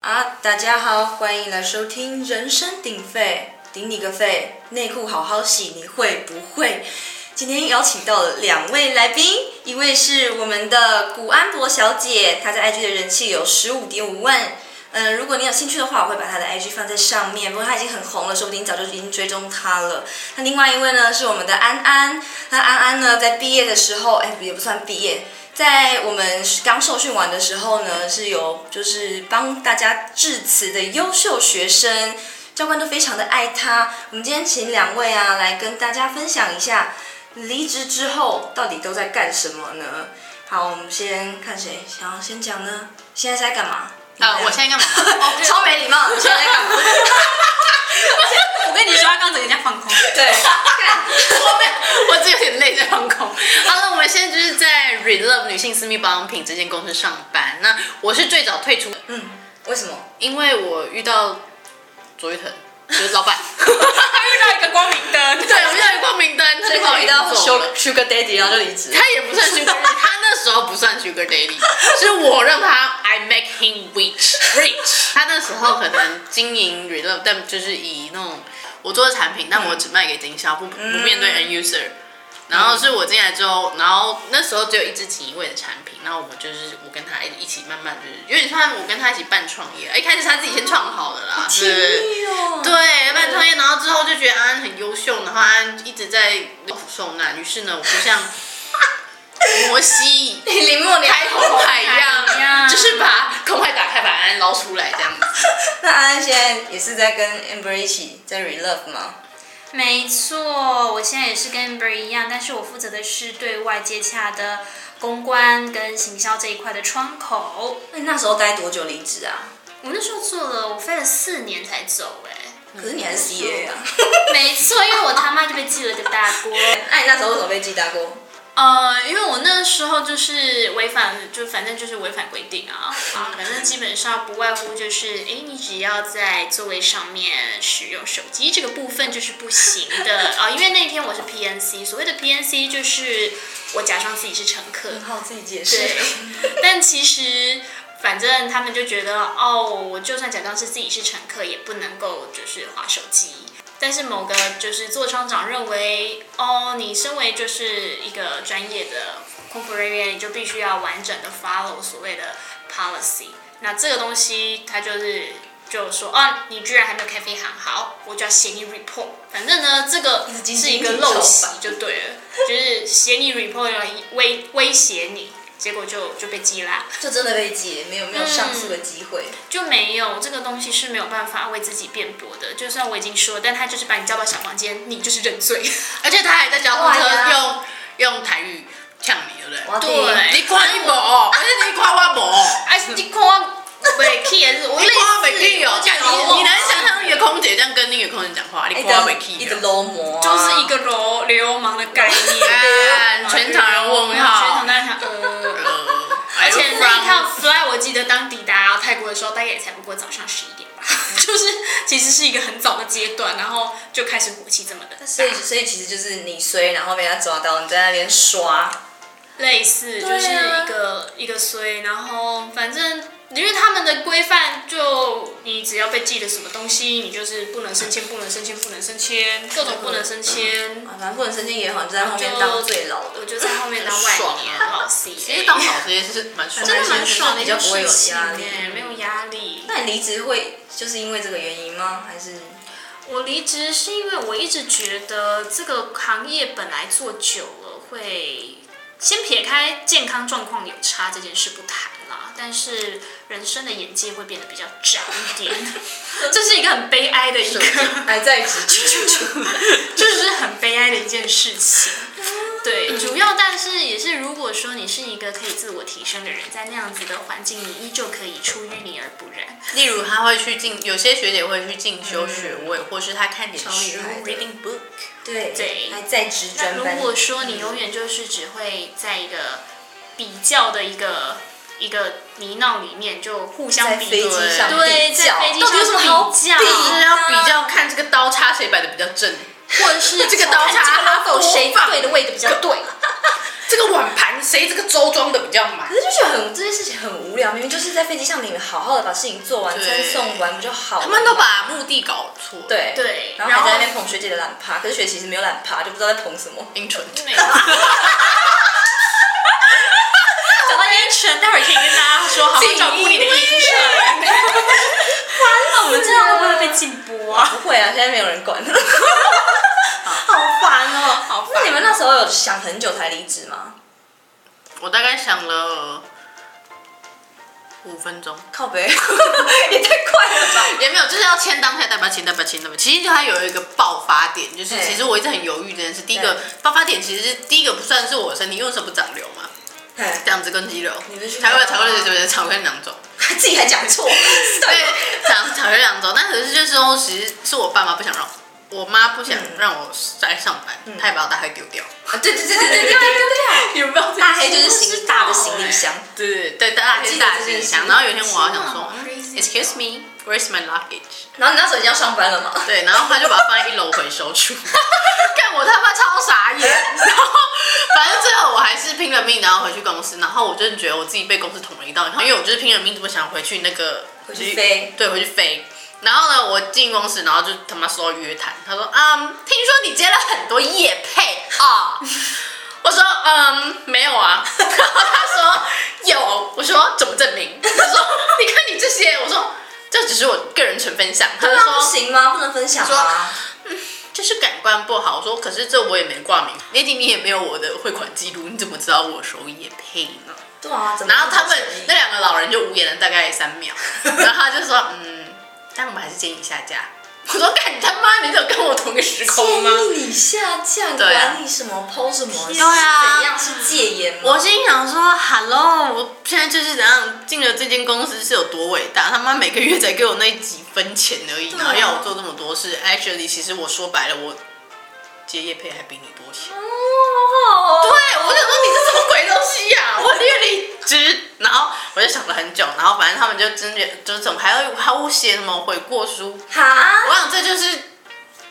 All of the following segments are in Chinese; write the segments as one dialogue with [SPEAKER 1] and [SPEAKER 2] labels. [SPEAKER 1] 啊，大家好，欢迎来收听《人声鼎沸》，顶你个肺！内裤好好洗，你会不会？今天邀请到了两位来宾，一位是我们的古安博小姐，她在 IG 的人气有十五点五万。嗯，如果你有兴趣的话，我会把她的 IG 放在上面。不过她已经很红了，说不定早就已经追踪她了。那另外一位呢，是我们的安安。那安安呢，在毕业的时候，哎，也不算毕业，在我们刚受训完的时候呢，是有就是帮大家致辞的优秀学生，教官都非常的爱他。我们今天请两位啊，来跟大家分享一下离职之后到底都在干什么呢？好，我们先看谁想要先讲呢？现在是在干嘛？
[SPEAKER 2] 呃，我现在干嘛？哦
[SPEAKER 1] 超没礼貌，你现在在干嘛？
[SPEAKER 2] 我跟你说，他刚才人家 放空，
[SPEAKER 1] 对，干
[SPEAKER 2] 我没有，我自己有点累在放空。好了，我们现在就是在 Relove 女性私密保养品这间公司上班。那我是最早退出，
[SPEAKER 1] 嗯，为什么？
[SPEAKER 2] 因为我遇到卓一腾，就是老板， 他遇到一个光明灯，对，我遇到一个光明灯，他就把我
[SPEAKER 1] 遇到
[SPEAKER 2] 走了
[SPEAKER 1] Sugar Daddy，然后就离职。
[SPEAKER 2] 他也不算 sugar，daddy，他那时候不算 sugar daddy，是我让他 I make him rich rich。他那时候可能经营 relove，但就是以那种我做的产品，但我只卖给经销，不不面对 end user。然后是我进来之后，然后那时候只有一支锦衣卫的产品，然后我就是我跟他一起慢慢就是有点像我跟他一起办创业，一开始他自己先创好的啦，
[SPEAKER 1] 亲
[SPEAKER 2] 对
[SPEAKER 1] 密哦，
[SPEAKER 2] 对，半创业，然后之后就觉得安安很优秀，然后安安一直在苦受难，于是呢，我就像摩西
[SPEAKER 1] 你林默
[SPEAKER 2] 开
[SPEAKER 1] 开
[SPEAKER 2] 红海一
[SPEAKER 3] 一样
[SPEAKER 2] 样，就是把空海打开，把安安捞出来这样子。
[SPEAKER 1] 那安安现在也是在跟 Amber 一起在 Relove 吗？
[SPEAKER 3] 没错，我现在也是跟 Amber 一样，但是我负责的是对外接洽的公关跟行销这一块的窗口。
[SPEAKER 1] 哎那你那时候待多久离职啊？
[SPEAKER 3] 我那时候做了，我飞了四年才走、哎，
[SPEAKER 1] 可是你还是 CA 啊？
[SPEAKER 3] 没错，因为我他妈就被记了个大锅。
[SPEAKER 1] 哎那你那时候为什么被记大过？
[SPEAKER 3] 呃，因为我那时候就是违反，就反正就是违反规定啊，啊，反正基本上不外乎就是，诶，你只要在座位上面使用手机这个部分就是不行的啊，因为那天我是 PNC，所谓的 PNC 就是我假装自己是乘客，
[SPEAKER 1] 好，自己解
[SPEAKER 3] 对，但其实反正他们就觉得，哦，我就算假装是自己是乘客，也不能够就是划手机。但是某个就是座舱长认为，哦，你身为就是一个专业的空服人员，你就必须要完整的 follow 所谓的 policy。那这个东西，他就是就说，啊，你居然还没有开飞航，好，我就要写你 report。反正呢，这个
[SPEAKER 1] 一直进
[SPEAKER 3] 是
[SPEAKER 1] 行
[SPEAKER 3] 一个
[SPEAKER 1] 一种
[SPEAKER 3] 陋习
[SPEAKER 1] 吧
[SPEAKER 3] 就对了，就是写你 report 要威威胁你，结果就就被击啦，
[SPEAKER 1] 就真的被记，没有没有上诉的机会。
[SPEAKER 2] 嗯
[SPEAKER 3] 就没有这个东西是没有办法为自己辩驳的。就算我已经说，但他就是把你叫到小房间，你就是认罪。
[SPEAKER 2] 而且他还在交通
[SPEAKER 1] 哇呀
[SPEAKER 2] 车用用台语呛你，对不
[SPEAKER 1] 我
[SPEAKER 2] 对？
[SPEAKER 1] 听
[SPEAKER 3] 对
[SPEAKER 2] 你看你无，而且你看我无，
[SPEAKER 3] 哎、你看我北 k 还是我
[SPEAKER 2] 你
[SPEAKER 3] 类
[SPEAKER 2] 看我
[SPEAKER 3] 似，
[SPEAKER 2] 没去哦
[SPEAKER 3] 我。
[SPEAKER 2] 这
[SPEAKER 3] 讲
[SPEAKER 2] 样你你
[SPEAKER 3] 你
[SPEAKER 2] 难想象一个空姐这样跟另一个空姐讲话，你
[SPEAKER 1] 哎
[SPEAKER 2] 看我没
[SPEAKER 1] 一
[SPEAKER 2] 去
[SPEAKER 1] 直
[SPEAKER 2] 哦。
[SPEAKER 1] 搂模啊，
[SPEAKER 3] 就是一个流流氓的 概念。
[SPEAKER 2] 干全场人问
[SPEAKER 3] 全
[SPEAKER 2] 号
[SPEAKER 3] 场。在想，呃。
[SPEAKER 2] 呃，
[SPEAKER 3] 而
[SPEAKER 2] 而
[SPEAKER 3] 且那一趟 fly，我记得当抵达泰国的时候，大概也才不过早上十一点吧， 就是其实是一个很早的阶段，然后就开始火气这么的
[SPEAKER 1] 所以
[SPEAKER 3] 大，
[SPEAKER 1] 所以其实就是你衰，然后被他抓到，你在那边刷。
[SPEAKER 3] 类似
[SPEAKER 1] 对啊
[SPEAKER 3] 就是一个、一个衰，然后反正因为他们的规范就你只要被记了什么东西，你就是不能升迁，不能升迁，不能升迁，各种不能升迁。
[SPEAKER 1] 啊，反正不能升迁也好，你就在后
[SPEAKER 3] 啊
[SPEAKER 1] 面当最老的
[SPEAKER 3] 我。就在后面当外
[SPEAKER 2] 爽啊
[SPEAKER 3] 面老 C，
[SPEAKER 2] 其实当老师也是蛮爽，
[SPEAKER 3] 真的蛮爽的一
[SPEAKER 1] 比较
[SPEAKER 3] 件
[SPEAKER 1] 不会有
[SPEAKER 3] 事情
[SPEAKER 1] 压力
[SPEAKER 3] 哎，没有压力。
[SPEAKER 1] 那你离职会就是因为这个原因吗？还是
[SPEAKER 3] 我离职是因为我一直觉得这个行业本来做久了会，先撇开健康状况有差这件事不谈啦，但是人生的眼界会变得比较窄一 点，这是一个很悲哀的 一个，
[SPEAKER 1] 还在职？啾啾啾
[SPEAKER 3] 就是很悲哀的一件事情。
[SPEAKER 1] 嗯
[SPEAKER 3] 对，主要但是也是，如果说你是一个可以自我提升的人，在那样子的环境，你依旧可以出淤泥而不染。
[SPEAKER 2] 例如他会去进，有些学姐会去进修学位，或是他看点
[SPEAKER 1] 厉
[SPEAKER 2] 书
[SPEAKER 1] 害的
[SPEAKER 2] ，reading book。
[SPEAKER 1] 对
[SPEAKER 3] 对
[SPEAKER 1] 还在职
[SPEAKER 3] 那
[SPEAKER 1] 专
[SPEAKER 3] 如
[SPEAKER 1] 班。
[SPEAKER 3] 果说你永远就是只会在一个比较的一个一个泥淖里面，就互
[SPEAKER 1] 在
[SPEAKER 3] 相比
[SPEAKER 1] 飞机上
[SPEAKER 3] 对，
[SPEAKER 1] 比
[SPEAKER 3] 在
[SPEAKER 1] 较
[SPEAKER 3] 飞机
[SPEAKER 1] 到
[SPEAKER 3] 上
[SPEAKER 1] 底有什么好
[SPEAKER 3] 比较，
[SPEAKER 2] 就是要比较看这个刀叉谁摆的比较正，
[SPEAKER 3] 或者 是
[SPEAKER 2] 这个刀叉
[SPEAKER 3] 看这个
[SPEAKER 2] 它
[SPEAKER 3] level
[SPEAKER 2] 多
[SPEAKER 3] 谁
[SPEAKER 2] 棒
[SPEAKER 3] 对的位置比较对。啊
[SPEAKER 4] 这个碗盘谁这个周装的比较满
[SPEAKER 1] 可？是就觉得很这件事情很无聊，明明就是在飞机上，你们好好的把事情做完、
[SPEAKER 2] 对
[SPEAKER 1] 赠送完不就好了
[SPEAKER 2] 他
[SPEAKER 1] 吗？
[SPEAKER 2] 们都把目的搞错，，
[SPEAKER 1] 对
[SPEAKER 3] 对
[SPEAKER 1] 然后还在那边捧学姐的懒趴，可是学姐其实没有懒趴，就不知道在捧什么。
[SPEAKER 2] 阴唇。
[SPEAKER 3] 没有啊
[SPEAKER 1] 讲到烟尘，待会儿可以跟大家说好
[SPEAKER 3] 好好照顾你的音准。
[SPEAKER 1] 那我们这
[SPEAKER 3] 样会 不会被禁播啊？
[SPEAKER 1] 不会啊，现在没有人管。
[SPEAKER 3] 好烦哦，好
[SPEAKER 1] 那你们那时候有想很久才离职吗？
[SPEAKER 2] 我大概想了五分钟，
[SPEAKER 1] 靠北，也太快了吧！
[SPEAKER 2] 也没有，就是要签当下代表签代表签代表。其实它有一个爆发点，就是
[SPEAKER 1] 对
[SPEAKER 2] 其实我一直很犹豫这件事。第一个
[SPEAKER 1] 对
[SPEAKER 2] 爆发点其实是第一个不算是我的身体，因为我手不长瘤嘛，
[SPEAKER 1] 哎，
[SPEAKER 2] 长子跟肌瘤
[SPEAKER 1] 你不是去，
[SPEAKER 2] 才会才
[SPEAKER 1] 看吗
[SPEAKER 2] 会对对对，才会两种。
[SPEAKER 1] 自己还讲错，对，
[SPEAKER 2] 对，长长了两周，但可是就是说，其实是我爸妈不想让我，我妈不想让我来上班，
[SPEAKER 1] 嗯
[SPEAKER 2] 她也把我大黑丢掉。
[SPEAKER 1] 啊对对对对对对对
[SPEAKER 2] 有没有
[SPEAKER 1] 对，大黑就是行
[SPEAKER 3] 不知道
[SPEAKER 1] 大的行李箱，
[SPEAKER 2] 对对对，大黑是大行李箱。然后有一天我好想说
[SPEAKER 3] 天啊好 crazy 哦
[SPEAKER 2] ，Excuse me，Where's my luggage？
[SPEAKER 1] 然后你那时候已经要上班了 嘛？
[SPEAKER 2] 对，然后他就把它放在一楼回收 处，看我他妈超傻眼。然后反正最后我还是拼了命，然后回去公司，然后我真的觉得我自己被公司捅了一刀，然后因为我就是拼了命这么想回去那个
[SPEAKER 1] 回去飞，
[SPEAKER 2] 对，回去飞。然后呢，我进公司，然后就他妈收到约谈，他说，嗯，听说你接了很多夜配啊。我说，嗯，没有啊。然后他说有，我说怎么证明？他说，你看你这些，我说这只是我个人纯分享。他就
[SPEAKER 1] 那不
[SPEAKER 2] 说
[SPEAKER 1] 行吗？不能分享吗？
[SPEAKER 2] 就是感官不好。我说，可是这我也没挂名，那你也没有我的汇款记录，你怎么知道我收也配呢？
[SPEAKER 1] 对啊，怎么
[SPEAKER 2] 然
[SPEAKER 1] 会
[SPEAKER 2] 后
[SPEAKER 1] 这
[SPEAKER 2] 他
[SPEAKER 1] 样子？
[SPEAKER 2] 们那两个老人就无言了大概三 秒，然后他就说，嗯，但我们还是建议下架。我说，干你他妈，你怎么跟我同个时空吗？
[SPEAKER 1] 建议你下降，
[SPEAKER 2] 对啊
[SPEAKER 1] 管你什么 PO 什么，
[SPEAKER 2] 对啊
[SPEAKER 1] 怎样是戒严吗？
[SPEAKER 2] 我心想说，Hello，我现在就是怎样进了这间公司是有多伟大？他妈每个月才给我那几分钱而已，
[SPEAKER 1] 对啊
[SPEAKER 2] 然后要我做这么多事。Actually，其实我说白了，我接业配还比你多些。
[SPEAKER 1] 哦，
[SPEAKER 2] 对，我想说你是什么鬼东西呀、我越离职，然后我就想了很久，然后反正他们就真的就是怎么还要还要写什么悔过书，
[SPEAKER 1] 哈，
[SPEAKER 2] 我想这就是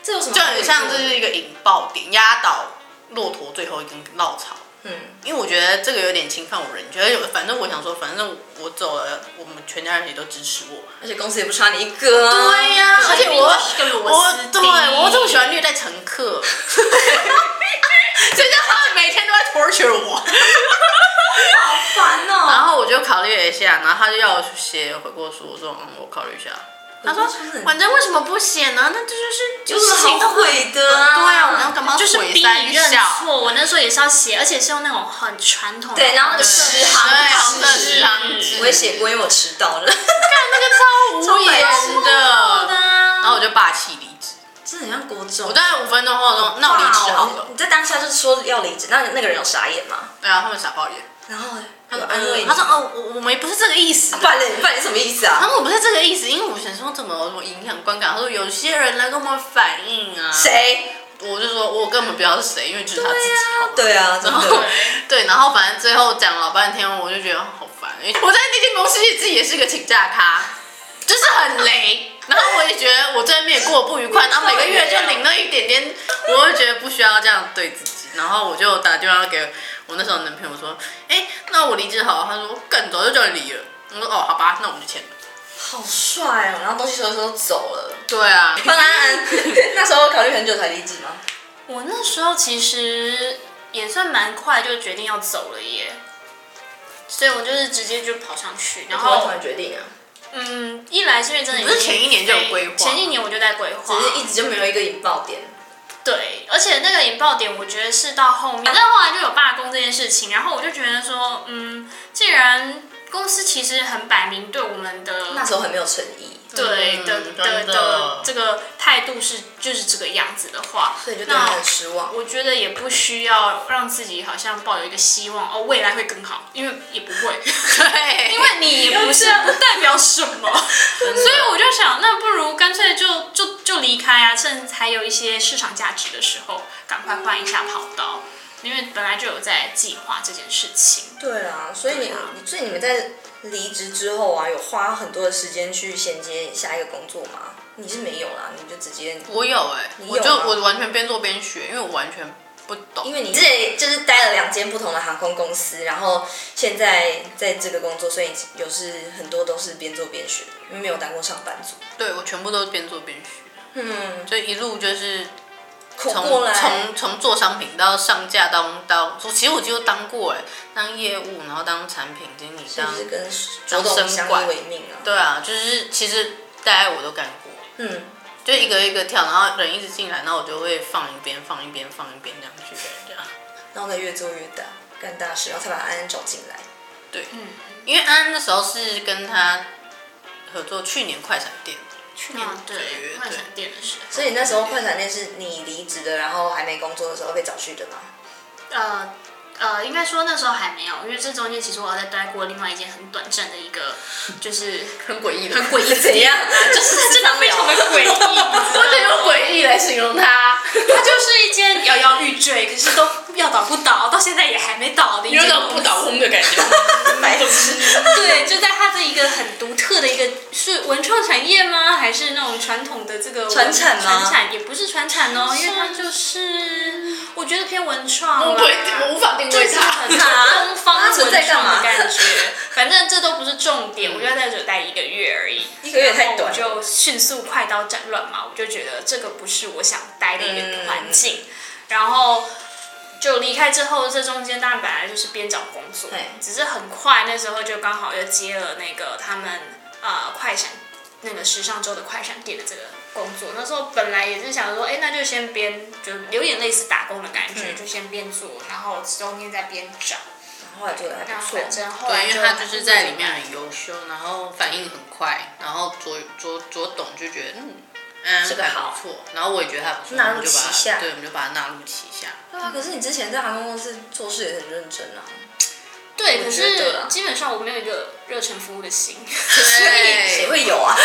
[SPEAKER 1] 这有什么？
[SPEAKER 2] 就很像这是一个引爆点，压倒骆驼最后一根稻草。
[SPEAKER 1] 嗯，
[SPEAKER 2] 因为我觉得这个有点侵犯我人权，而且反正我想说，反正我走了，我们全家人也都支持我。嗯
[SPEAKER 1] 而且公司也不差你一个啊。
[SPEAKER 2] 对呀、而且我
[SPEAKER 3] 是一个螺
[SPEAKER 2] 我
[SPEAKER 3] 丝钉
[SPEAKER 2] 对我这么喜欢虐待乘 客，所以就他们每天都在 torture 我。
[SPEAKER 1] 烦哦。
[SPEAKER 2] 然后我就考虑了一下，然后他就要我写悔过书，我说嗯，我考虑一下。他说
[SPEAKER 1] 悔过书是，
[SPEAKER 2] 反正为什么不写呢？那这就是
[SPEAKER 1] 有什么好悔的啊
[SPEAKER 2] 对啊，我们要干嘛
[SPEAKER 3] 就是
[SPEAKER 2] 毁
[SPEAKER 3] 逼
[SPEAKER 2] 三
[SPEAKER 3] 你认
[SPEAKER 2] 笑？
[SPEAKER 3] 错，我那时候也是要写，而且是用那种很传统的。
[SPEAKER 1] 对，然后那个
[SPEAKER 2] 对
[SPEAKER 1] 十行
[SPEAKER 2] 对红
[SPEAKER 1] 字
[SPEAKER 2] 色十行字
[SPEAKER 1] 我也写过，因为我迟到了。
[SPEAKER 2] 看那个超 无言的，
[SPEAKER 3] 啊
[SPEAKER 2] 然后我就霸气离职。
[SPEAKER 1] 真的很像国中。哦
[SPEAKER 2] 我大概五分钟后说，那我离职好了。
[SPEAKER 1] 你在当下就是说要离职，那那个人有傻眼吗？
[SPEAKER 2] 对啊，他们傻爆眼。
[SPEAKER 1] 然后
[SPEAKER 2] 他
[SPEAKER 1] 有
[SPEAKER 2] 说
[SPEAKER 1] 安慰
[SPEAKER 2] 嗯
[SPEAKER 1] 你。
[SPEAKER 2] 他说哦，我我们不是这个意思
[SPEAKER 1] 啊。不然嘞不然你什么意思
[SPEAKER 2] 他
[SPEAKER 1] 啊？
[SPEAKER 2] 们我不是这个意思，因为我想说怎么有什么影响观感。他说有些人来跟我们反映啊，
[SPEAKER 1] 谁？
[SPEAKER 2] 我就说我根本不知道是谁，因为就是他自己好了。
[SPEAKER 1] 对啊，真
[SPEAKER 2] 然后
[SPEAKER 1] 的。
[SPEAKER 2] 对，然后反正最后讲老半天，我就觉得好烦。因为我在那间公司自己也是个请假咖，就是很雷。然后我也觉得我在那边也过得不愉快，然后每个月就领那一点点，我就觉得不需要这样对自己。然后我就打电话给我那时候的男朋友说：“哎，那我离职好了。”他说：“更早就叫你离了。”我说：“哦，好吧，那我就签了。
[SPEAKER 1] 好帅哦，然后东西收一收就走了。”
[SPEAKER 2] 对啊，
[SPEAKER 1] 方安， 那时候考虑很久才离职吗？
[SPEAKER 3] 我那时候其实也算蛮快就决定要走了耶，所以我就是直接就跑上去，然
[SPEAKER 1] 然后
[SPEAKER 3] 后
[SPEAKER 1] 突然决定啊，
[SPEAKER 3] 嗯，一来是因为真的已
[SPEAKER 2] 不是
[SPEAKER 3] 经
[SPEAKER 2] 前一年就有规划吗
[SPEAKER 3] 前一年我就在规划
[SPEAKER 1] 只，是一直就没有一个引爆点。
[SPEAKER 3] 对，而且那个引爆点，我觉得是到后面，反正后来就有罢工这件事情，然后我就觉得说，嗯，既然公司其实很摆明对我们的
[SPEAKER 1] 那时候很没有诚意，
[SPEAKER 3] 对
[SPEAKER 2] 嗯
[SPEAKER 3] 的的
[SPEAKER 2] 真的
[SPEAKER 3] 的这个态度是就是这个样子的话，
[SPEAKER 1] 所以就对他
[SPEAKER 3] 那
[SPEAKER 1] 很失望。
[SPEAKER 3] 我觉得也不需要让自己好像抱有一个希望哦，未来会更好，因为也不会，
[SPEAKER 2] 对，
[SPEAKER 3] 因为你也不是不代表什么，所以我就想，那不如干脆就就就离开啊，趁还有一些市场价值的时候，赶快换一下跑道，因为本来就有在计划这件事情。
[SPEAKER 1] 对啊，所以你
[SPEAKER 3] 对啊
[SPEAKER 1] 你所以你们在离职之后啊，有花很多的时间去衔接下一个工作吗？你是没有啦，你就直接
[SPEAKER 2] 我有哎、
[SPEAKER 1] 你
[SPEAKER 2] 我
[SPEAKER 1] 有
[SPEAKER 2] 就
[SPEAKER 1] 吗
[SPEAKER 2] 我完全边做边学，因为我完全不懂。
[SPEAKER 1] 因为你自己就是待了两间不同的航空公司，然后现在在这个工作，所以有是很多都是边做边学，没有当过上班族。
[SPEAKER 2] 对我全部都是边做边学，
[SPEAKER 1] 嗯，
[SPEAKER 2] 所以一路就是
[SPEAKER 1] 苦
[SPEAKER 2] 从
[SPEAKER 1] 过来，
[SPEAKER 2] 从从做商品到上架当到，其实我就当过哎，当业务，然后当产品经理，
[SPEAKER 1] 就
[SPEAKER 2] 当
[SPEAKER 1] 是跟周董相依为命啊。
[SPEAKER 2] 对啊，就是其实大概我都干过，
[SPEAKER 1] 嗯，
[SPEAKER 2] 就一个一个跳，然后人一直进来，然后我就会放一边放一边放一边这样去这样。
[SPEAKER 1] 然后呢越做越大，干大事，然后才把安安找进来。
[SPEAKER 3] 嗯，
[SPEAKER 2] 因为安安那时候是跟他合作去年快闪店，
[SPEAKER 3] 去年
[SPEAKER 2] 啊对
[SPEAKER 3] 嗯对快闪店的时候，
[SPEAKER 1] 所以那时候快闪店是你离职的，然后还没工作的时候被找去的吗？
[SPEAKER 3] 呃呃，应该说那时候还没有，因为这中间其实我还在待过另外一间很短暂的一个，就是
[SPEAKER 2] 很诡异的
[SPEAKER 3] 很诡异的
[SPEAKER 1] 怎 样？
[SPEAKER 3] 就是 真的非常的诡异，
[SPEAKER 2] 我
[SPEAKER 3] 我
[SPEAKER 2] 得用诡异来形容他，
[SPEAKER 3] 它就是一间摇摇欲坠，可是都要倒不倒，到现在也还没倒的一
[SPEAKER 4] 有
[SPEAKER 3] 间
[SPEAKER 4] 种
[SPEAKER 3] 公
[SPEAKER 4] 不
[SPEAKER 3] 司
[SPEAKER 4] 倒翁的感 觉。
[SPEAKER 1] 白痴！
[SPEAKER 3] 对，就在它的一个很独特的一个是文创产业吗？还是那种传统的这个文
[SPEAKER 1] 传产吗
[SPEAKER 3] 传产也不是传产哦，因为它就是我觉得偏文创啦，
[SPEAKER 4] 我不会，我无法定
[SPEAKER 3] 就
[SPEAKER 4] 位
[SPEAKER 3] 是
[SPEAKER 4] 它。
[SPEAKER 3] 很东方
[SPEAKER 1] 它
[SPEAKER 3] 文创的感
[SPEAKER 1] 存在干嘛
[SPEAKER 3] 觉。 反正这都不是重点，我就在这待一个月而已，
[SPEAKER 1] 一个月太
[SPEAKER 3] 然后
[SPEAKER 1] 短
[SPEAKER 3] 我
[SPEAKER 1] 了
[SPEAKER 3] 就迅速快刀斩乱麻，我就觉得这个不是我想待的一个
[SPEAKER 1] 嗯
[SPEAKER 3] 环境，然后。就离开之后，这中间当然本来就是边找工作
[SPEAKER 1] 对，
[SPEAKER 3] 只是很快那时候就刚好又接了那个他们呃快闪那个时尚周的快闪店的这个工作。那时候本来也是想说，哎、那就先边就有点类似打工的感觉，
[SPEAKER 1] 嗯
[SPEAKER 3] 就先边做，然后中间再边找。
[SPEAKER 1] 后来做的还
[SPEAKER 3] 那
[SPEAKER 1] 不错
[SPEAKER 3] 反，正后来
[SPEAKER 2] 对，因为他就是在里面
[SPEAKER 3] 还
[SPEAKER 2] 很优秀，然后反应很快，然后左左左董就觉得嗯。嗯，
[SPEAKER 1] 这个
[SPEAKER 2] 还不
[SPEAKER 1] 好
[SPEAKER 2] 错，然后我也觉得他不错，
[SPEAKER 1] 纳
[SPEAKER 2] 我们
[SPEAKER 1] 入
[SPEAKER 2] 就把它
[SPEAKER 1] 旗下
[SPEAKER 2] 对，我们就把它纳入旗 下。
[SPEAKER 1] 对啊。可是你之前在航空公司做事也很认真啊。
[SPEAKER 3] 对，
[SPEAKER 1] 我
[SPEAKER 3] 可
[SPEAKER 1] 觉得啊
[SPEAKER 3] 是基本上我没有一个热忱服务 的心。
[SPEAKER 2] 对，
[SPEAKER 1] 谁会有啊？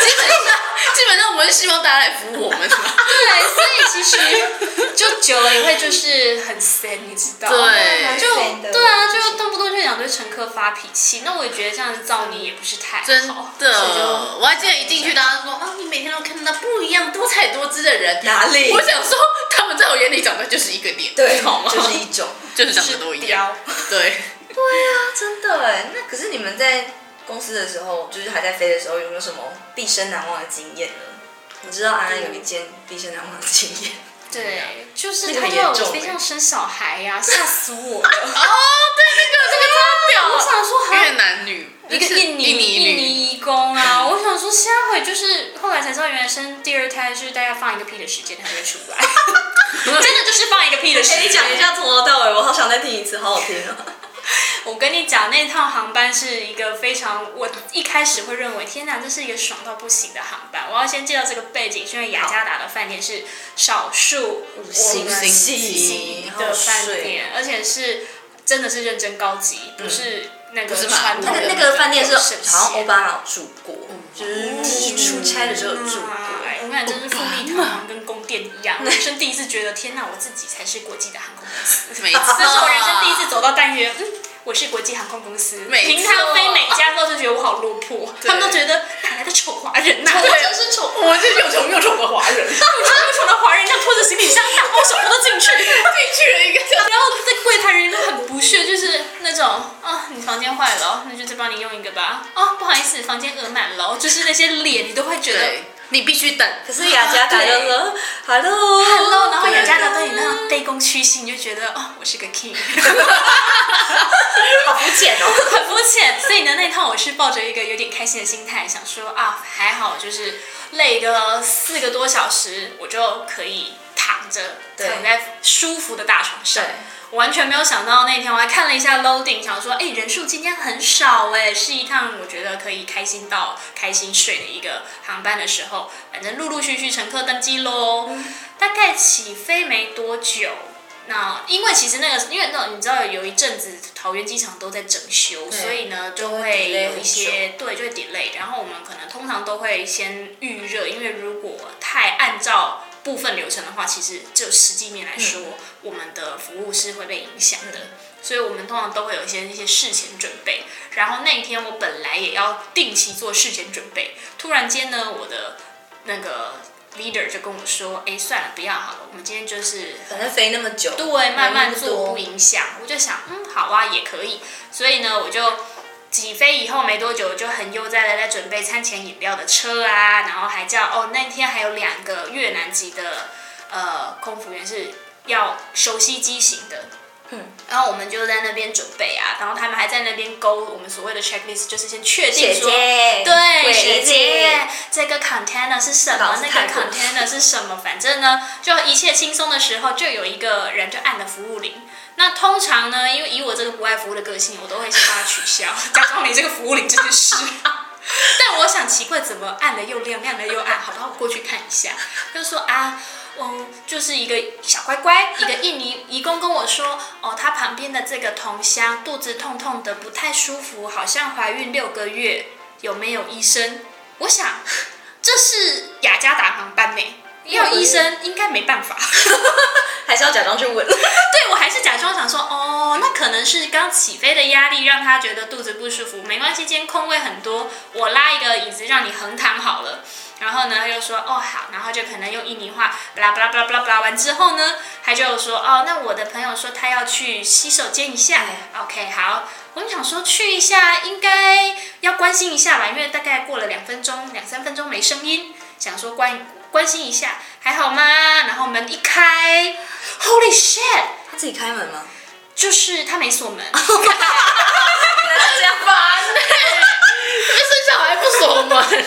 [SPEAKER 2] 基本上我们是希望大家来服务我们， 是吧？
[SPEAKER 3] 对，所以其实就久了也会就是很闲，你知道？
[SPEAKER 2] 对
[SPEAKER 3] 就
[SPEAKER 1] 蛮闲的
[SPEAKER 3] 对啊，就动不动就想对乘客发脾气。那我也觉得这样子造孽也不是太好。
[SPEAKER 2] 真
[SPEAKER 1] 谁
[SPEAKER 2] 的，
[SPEAKER 1] 就
[SPEAKER 2] 我还记得一进去，大家说啊，你每天都看到不一样、多彩多姿的人。
[SPEAKER 1] 哪里
[SPEAKER 2] 我想说，他们在我眼里长得就是一个脸，
[SPEAKER 1] 对，
[SPEAKER 2] 好吗？
[SPEAKER 1] 就是一种。
[SPEAKER 2] 就是
[SPEAKER 3] 就
[SPEAKER 2] 长
[SPEAKER 3] 是
[SPEAKER 2] 得都一样，
[SPEAKER 3] 刁。
[SPEAKER 2] 对。
[SPEAKER 1] 啊真的哎，那可是你们在公司的时候，就是还在飞的时候，有没有什么毕生难忘的经验呢？我知道安安有一件毕生难忘的经 验，
[SPEAKER 2] 啊
[SPEAKER 3] 对，就是
[SPEAKER 1] 那个
[SPEAKER 3] 他
[SPEAKER 1] 很
[SPEAKER 3] 要
[SPEAKER 1] 严重
[SPEAKER 3] 我飞
[SPEAKER 1] 欸
[SPEAKER 3] 上生小孩呀、吓死我了！
[SPEAKER 2] 哦，对，那个这个
[SPEAKER 3] 啊我
[SPEAKER 2] 超屌，
[SPEAKER 3] 想说，好
[SPEAKER 2] 越南女，
[SPEAKER 3] 一个
[SPEAKER 2] 就是
[SPEAKER 3] 印尼
[SPEAKER 2] 印尼
[SPEAKER 3] 印
[SPEAKER 2] 女，
[SPEAKER 3] 尼义 工啊，我想说下回就是后来才知道，原来生第二胎就是大概放一个屁的时间它就会出来， 真的就是放一个屁的时 间。
[SPEAKER 1] 哎，你讲一，下从头到尾，我好想再听一次，好好听哦。
[SPEAKER 3] 我跟你讲，那趟航班是一个非常，我一开始会认为天哪，这是一个爽到不行的航班。我要先介绍这个背景，是因为雅加达的饭店是少数五
[SPEAKER 1] 星
[SPEAKER 3] 星
[SPEAKER 1] 级哦
[SPEAKER 3] 的饭店，而且是真的是认真高级，不
[SPEAKER 1] 嗯
[SPEAKER 3] 是那个
[SPEAKER 2] 不是嘛
[SPEAKER 3] 传
[SPEAKER 1] 那
[SPEAKER 3] 统
[SPEAKER 1] 个
[SPEAKER 3] 的
[SPEAKER 1] 那个饭店是
[SPEAKER 3] 有省
[SPEAKER 1] 好像
[SPEAKER 3] 钱
[SPEAKER 1] 欧巴马有住过，就是第一出差的时候有住过。
[SPEAKER 3] 哎我感觉真是富丽堂皇，跟宫殿一 样。人生第一次觉得，天哪，我自己才是国际的航空公司。
[SPEAKER 2] 没错，
[SPEAKER 3] 这是我人生第一次走到单元，嗯，我是国际航空公司。
[SPEAKER 2] 没错
[SPEAKER 3] 平常飞每家都就觉得我好落魄，他们都觉得哪来的丑华人呐、啊？
[SPEAKER 2] 对
[SPEAKER 3] 是丑，
[SPEAKER 4] 我们是又穷又穷的华人，
[SPEAKER 3] 我丑又丑的华人，这样拖着行李 箱，大包小包都进去。
[SPEAKER 4] 进去了一个叫
[SPEAKER 3] 然后在柜台人都很不屑，就是那种啊，你房间坏了哦，那就再帮你用一个吧。哦，不好意思，房间额满了哦，就是那些脸，你都会觉得
[SPEAKER 2] 对，你必须等，
[SPEAKER 1] 可是雅加达就说 “hello
[SPEAKER 3] Hello，然后哦
[SPEAKER 2] 对
[SPEAKER 3] 雅加达对你那种卑躬屈膝，你就觉得哦，我是个 king，
[SPEAKER 1] 好肤浅哦。
[SPEAKER 3] 很肤浅。所以呢，那一趟我是抱着一个有点开心的心态，想说啊，还好，就是累个四个多小时，我就可以躺着
[SPEAKER 1] 对
[SPEAKER 3] 躺在舒服的大床上
[SPEAKER 1] 对。
[SPEAKER 3] 我完全没有想到那天，我还看了一下 loading，想说，哎、人数今天很少哎、是一趟我觉得可以开心到开心睡的一个航班的时候，反正陆陆续续乘客登机喽。
[SPEAKER 1] 嗯
[SPEAKER 3] 大概起飞没多久，那因为其实那个，因为那种你知道有一阵子桃园机场都在整修，
[SPEAKER 1] 对
[SPEAKER 3] 所以呢就
[SPEAKER 1] 会
[SPEAKER 3] 会
[SPEAKER 1] delay
[SPEAKER 3] 有一些对就会 delay，然后我们可能通常都会先预热，因为如果太按照部分流程的话，其实就实际面来说，我们的服务是会被影响的。所以我们通常都会有一些一些事前准备。然后那一天我本来也要定期做事前准备，突然间呢，我的那个 leader 就跟我说，哎，算了，不要好了，我们今天就是
[SPEAKER 1] 反正飞那么久，
[SPEAKER 3] 对，慢慢做不
[SPEAKER 1] 赢。
[SPEAKER 3] 影响。我就想，嗯，好啊，也可以。所以呢，我就起飞以后没多久，就很悠哉的在准备餐前饮料的车啊，然后还叫哦，那天还有两个越南籍的呃空服员是要熟悉机型的。
[SPEAKER 1] 嗯，
[SPEAKER 3] 然后我们就在那边准备啊，然后他们还在那边勾我们所谓的 checklist，就是先确定
[SPEAKER 1] 姐
[SPEAKER 3] 说
[SPEAKER 1] 姐，
[SPEAKER 3] 对，
[SPEAKER 1] 鬼
[SPEAKER 3] 学姐
[SPEAKER 1] 姐，，
[SPEAKER 3] 这个 container 是什
[SPEAKER 1] 老
[SPEAKER 3] 么？
[SPEAKER 1] 是
[SPEAKER 3] 那
[SPEAKER 1] 看
[SPEAKER 3] 个
[SPEAKER 1] 过
[SPEAKER 3] container 是什么？反正呢，就一切轻松的时候，就有一个人就按了服务铃。那通常呢，因为以我这个不爱服务的个性，我都会先把它取消， 假装没这个服务铃这件事。 但我想奇怪，怎么按了又亮，亮了又暗？好吧，我过去看一下，就说啊。嗯，就是一个小乖乖，一个印尼义工跟我说，哦，他旁边的这个同乡肚子痛痛的，不太舒服，好像怀孕六个月，有没有医生？我想这是雅加达航班呢，要医生应该没办法。
[SPEAKER 1] 还是要假装去吻。
[SPEAKER 3] 对我还是假装想说，哦，那可能是刚起飞的压力让他觉得肚子不舒服，没关系，今天空位很多，我拉一个椅子让你横躺好了。然后呢，他就说哦好，然后就可能用印尼话巴拉巴拉巴拉巴拉巴拉完之后呢，他就说哦，那我的朋友说他要去洗手间一下、o k 好，我们想说去一下，应该要关心一下吧，因为大概过了两分钟、两三分钟没声音，想说关关心一下，还好吗？然后门一开，Holy shit！
[SPEAKER 1] 他自己开门吗？
[SPEAKER 3] 就是他没锁门，
[SPEAKER 1] 原来是这样吧。
[SPEAKER 2] 生小孩不锁门，进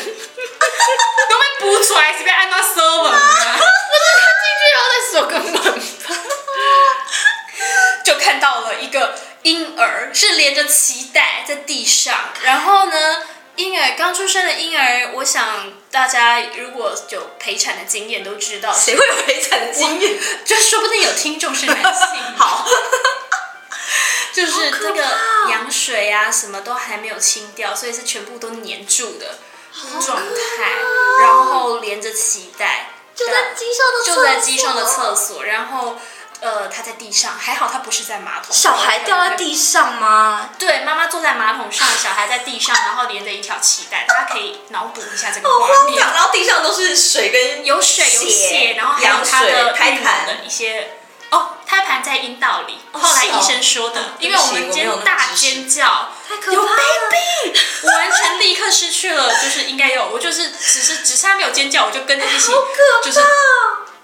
[SPEAKER 3] 都被扑出来，随便按到锁门啊，
[SPEAKER 2] 去然后再锁个门。
[SPEAKER 3] 就看到了一个婴儿是连着脐带在地上，然后呢，婴儿刚出生的婴儿，我想大家如果有陪产的经验都知道，
[SPEAKER 1] 谁会有陪产的经验？
[SPEAKER 3] 就说不定有听众是男性，
[SPEAKER 1] 好，
[SPEAKER 3] 就是
[SPEAKER 1] 好
[SPEAKER 3] 这
[SPEAKER 1] 可
[SPEAKER 3] 个
[SPEAKER 1] 怕哦
[SPEAKER 3] 羊水啊，什么都还没有清掉，所以是全部都粘住的状态，然后连着脐带，
[SPEAKER 1] 就
[SPEAKER 3] 对啊
[SPEAKER 1] 在机上的厕所
[SPEAKER 3] 就在机上的厕所，然后呃，他在地上，还好他不是在马桶。
[SPEAKER 1] 小孩掉在。地上吗？
[SPEAKER 3] 对，妈妈坐在马桶上，小孩在地上，然后连着一条脐带，大家可以脑补一下这个
[SPEAKER 1] 好
[SPEAKER 3] 画
[SPEAKER 1] 荒唐！
[SPEAKER 3] 面。
[SPEAKER 1] 然后地上都是水跟
[SPEAKER 3] 有水有
[SPEAKER 1] 血
[SPEAKER 3] 血，然后还有
[SPEAKER 1] 羊
[SPEAKER 3] 他
[SPEAKER 1] 水
[SPEAKER 3] 的
[SPEAKER 1] 胎
[SPEAKER 3] 孕母
[SPEAKER 1] 盘
[SPEAKER 3] 的一些哦，胎盘在阴道里。
[SPEAKER 1] 哦
[SPEAKER 3] 后来
[SPEAKER 1] 是哦
[SPEAKER 3] 医生说的，因为我们
[SPEAKER 1] 对不
[SPEAKER 3] 今
[SPEAKER 1] 起我没有那么
[SPEAKER 3] 天大
[SPEAKER 1] 知识
[SPEAKER 3] 尖叫，
[SPEAKER 1] 太可
[SPEAKER 3] 有
[SPEAKER 1] 怕了。
[SPEAKER 3] baby，我完全立刻失去了，就是应该有，我就是只是只差没有尖叫，我就跟着一起，就是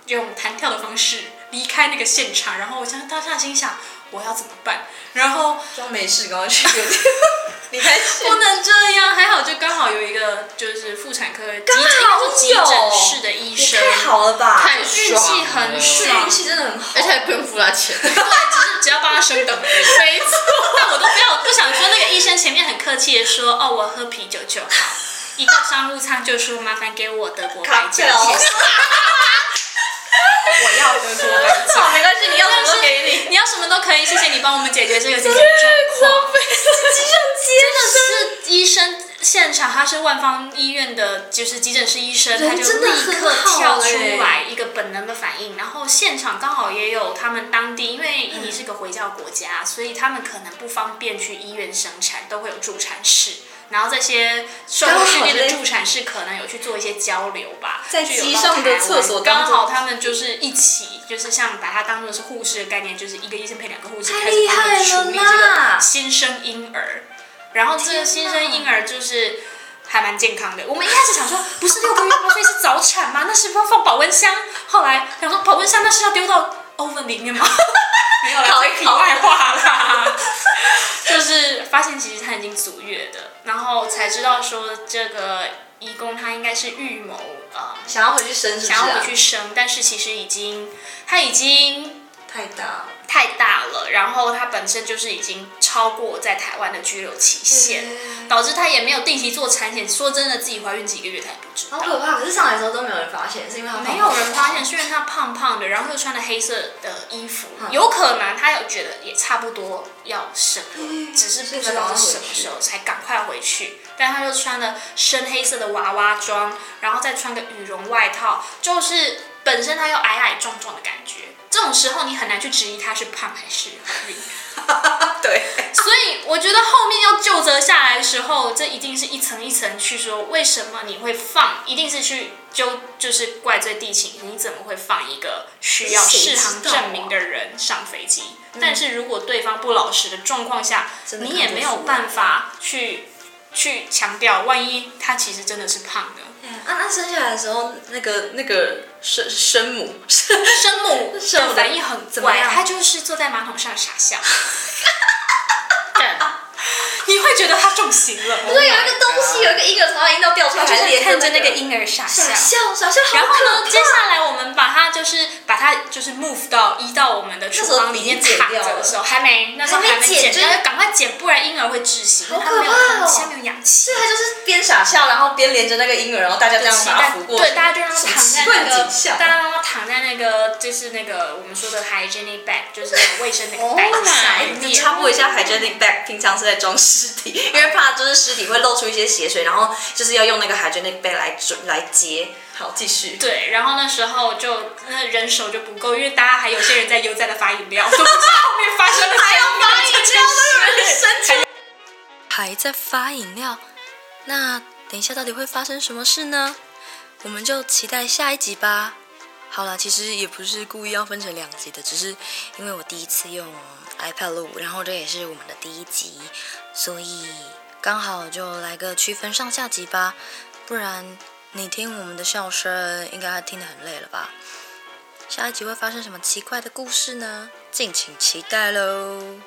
[SPEAKER 3] 用弹跳的方式离开那个现场。然后我想当下心想，我要怎么办？然后
[SPEAKER 1] 装没事，赶快去 酒店。你开始
[SPEAKER 3] 不能这样，还好就刚好有一个就是妇产科急诊，
[SPEAKER 1] 好
[SPEAKER 3] 应该是急诊
[SPEAKER 1] 有
[SPEAKER 3] 室的医生，
[SPEAKER 1] 太好了吧？
[SPEAKER 2] 太
[SPEAKER 3] 运气很
[SPEAKER 1] 这
[SPEAKER 3] 爽
[SPEAKER 1] 运，气真的很好，
[SPEAKER 2] 而且还不用付他钱。
[SPEAKER 3] 对，只是只要帮他升等而已。没错，但我都没有不想说那个医生前面很客气的说，哦，我喝啤酒就好。一到商务舱就说麻烦给我德国白酒，谢谢我要德国白酒。
[SPEAKER 1] 好，没关系，你要什么都给你。
[SPEAKER 3] 你要什么都可以，谢谢你帮我们解决这个紧急状况。真的是医生现场，他是万方医院的，就是急诊室医生，
[SPEAKER 1] 人
[SPEAKER 3] 他就
[SPEAKER 1] 真的
[SPEAKER 3] 立
[SPEAKER 1] 很
[SPEAKER 3] 刻
[SPEAKER 1] 好
[SPEAKER 3] 跳出
[SPEAKER 1] 欸
[SPEAKER 3] 来一个本能的反应。然后现场刚好也有他们当地，因为印尼是个回教国家，所以他们可能不方便去医院生产，都会有助产士。然后这些受过训练的助产士可能有去做一些交流吧，
[SPEAKER 1] 在
[SPEAKER 3] 就有到
[SPEAKER 1] 机上的厕所
[SPEAKER 3] 台
[SPEAKER 1] 当
[SPEAKER 3] 湾刚
[SPEAKER 1] 做
[SPEAKER 3] 好他们就是一起，就是像把它当做是护士的概念，就是一个医生配两个护士，
[SPEAKER 1] 太
[SPEAKER 3] 开始帮他们
[SPEAKER 1] 厉害了
[SPEAKER 3] 处理这
[SPEAKER 1] 啦
[SPEAKER 3] 个新生婴儿。然后这个新生婴儿就是还蛮健康的。我们一开始想说，不是六个月吗？所以是早产吗？那是不是要放保温箱？后来想说保温箱那是要丢到 oven 里面吗？没有啦，
[SPEAKER 1] 烤一
[SPEAKER 3] 这题
[SPEAKER 1] 烤
[SPEAKER 3] 外话啦。 就是发现其实他已经足月的，然后才知道说这个义工他应该是预谋呃
[SPEAKER 1] 想要回去生是不是啊？
[SPEAKER 3] 想要回去生，但是其实已经他已经
[SPEAKER 1] 太大了。
[SPEAKER 3] 太大了，然后它本身就是已经超过在台湾的居留期限，导致她也没有定期做产检。说真的，自己怀孕几个月她也不知
[SPEAKER 1] 好
[SPEAKER 3] 道，
[SPEAKER 1] 可怕！可是上来的时候都没有人发现，是因为他
[SPEAKER 3] 没有人发现。虽然她胖胖的，然后又穿了黑色的衣服，
[SPEAKER 1] 嗯
[SPEAKER 3] 有可能她有觉得也差不多要生
[SPEAKER 1] 嗯
[SPEAKER 3] 了，只是
[SPEAKER 1] 所以
[SPEAKER 3] 不
[SPEAKER 1] 才赶
[SPEAKER 3] 知道
[SPEAKER 1] 快
[SPEAKER 3] 是什
[SPEAKER 1] 回
[SPEAKER 3] 么
[SPEAKER 1] 去
[SPEAKER 3] 时候才赶快回去。但她就穿了深黑色的娃娃装，然后再穿个羽绒外套，就是本身她又矮矮壮壮的感觉。这种时候你很难去质疑他是胖还是怀孕。
[SPEAKER 1] 对，
[SPEAKER 3] 所以我觉得后面要就责下来的时候，这一定是一层一层去说，为什么你会放，一定是去就就是怪罪地勤，你怎么会放一个需要
[SPEAKER 1] 谁
[SPEAKER 3] 适
[SPEAKER 1] 知
[SPEAKER 3] 航
[SPEAKER 1] 道啊
[SPEAKER 3] 证明的人上飞机？但是如果对方不老实的状况下，
[SPEAKER 1] 真的
[SPEAKER 3] 你
[SPEAKER 1] 看
[SPEAKER 3] 也
[SPEAKER 1] 不
[SPEAKER 3] 没
[SPEAKER 1] 出
[SPEAKER 3] 有
[SPEAKER 1] 来
[SPEAKER 3] 办法去去强调，万一他其实真的是胖的，
[SPEAKER 1] 啊，那生下来的时候，那个那个生生母
[SPEAKER 3] 生母
[SPEAKER 1] 生母
[SPEAKER 3] 的
[SPEAKER 1] 的
[SPEAKER 3] 反应很
[SPEAKER 1] 怎么
[SPEAKER 3] 怪，
[SPEAKER 1] 样
[SPEAKER 3] 他就是坐在马桶上傻笑，
[SPEAKER 2] 干
[SPEAKER 3] 你会觉得他中刑了，
[SPEAKER 1] 对，有一个东西，有一个婴儿从他阴道掉出来，
[SPEAKER 3] 就
[SPEAKER 1] 还
[SPEAKER 3] 是
[SPEAKER 1] 连
[SPEAKER 3] 看着
[SPEAKER 1] 那
[SPEAKER 3] 那个婴儿傻
[SPEAKER 1] 傻
[SPEAKER 3] 笑。
[SPEAKER 1] 笑，傻笑好
[SPEAKER 3] 然后
[SPEAKER 1] 可
[SPEAKER 3] 呢，接
[SPEAKER 1] 怕。
[SPEAKER 3] 下来我们把它就是把它就是 move 到移到我们的厨房里面
[SPEAKER 1] 那时候已经
[SPEAKER 3] 躺
[SPEAKER 1] 剪掉
[SPEAKER 3] 着
[SPEAKER 1] 了
[SPEAKER 3] 的时候，还没那时候
[SPEAKER 1] 还没
[SPEAKER 3] 还没
[SPEAKER 1] 剪
[SPEAKER 3] 剪，
[SPEAKER 1] 就是
[SPEAKER 3] 但是赶快剪，不然婴儿会窒息，
[SPEAKER 1] 好
[SPEAKER 3] 它
[SPEAKER 1] 可
[SPEAKER 3] 没有
[SPEAKER 1] 怕哦
[SPEAKER 3] 空气，它没有氧气。
[SPEAKER 1] 所以他就是边傻笑，然后边连着那个婴儿，然后大家这样
[SPEAKER 3] 期
[SPEAKER 1] 把他
[SPEAKER 3] 待
[SPEAKER 1] 扶过去。
[SPEAKER 3] 对，大家就让他躺在
[SPEAKER 1] 奇怪
[SPEAKER 3] 那
[SPEAKER 1] 的
[SPEAKER 3] 个
[SPEAKER 1] 景，象
[SPEAKER 3] 大家让他躺在那个，就是那个我们说的 hygienic bag，就是那个 卫生那个
[SPEAKER 2] 哦
[SPEAKER 3] bag 下
[SPEAKER 1] 哎
[SPEAKER 3] 面。
[SPEAKER 1] 就插播一下
[SPEAKER 3] 嗯
[SPEAKER 1] hygienic bag，平常是在装尸体，因为怕就是尸体会漏出一些血水，然后就是要用那个 hygienic bag 来准来接。好，继续。
[SPEAKER 3] 对，然后那时候就那人手就不够，因为大家还有些人在悠哉的发 饮料，都不知道后面发生了
[SPEAKER 1] 还要发饮
[SPEAKER 3] 这件事
[SPEAKER 1] 料，都有人 生气，还在发饮料。那等一下到底会发生什么事呢？我们就期待下一集吧。好了，其实也不是故意要分成两集的，只是因为我第一次用 iPad 录，然后这也是我们的第一集，所以刚好就来个区分上下集吧。不然你听我们的笑声，应该听得很累了吧？下一集会发生什么奇怪的故事呢？敬请期待喽！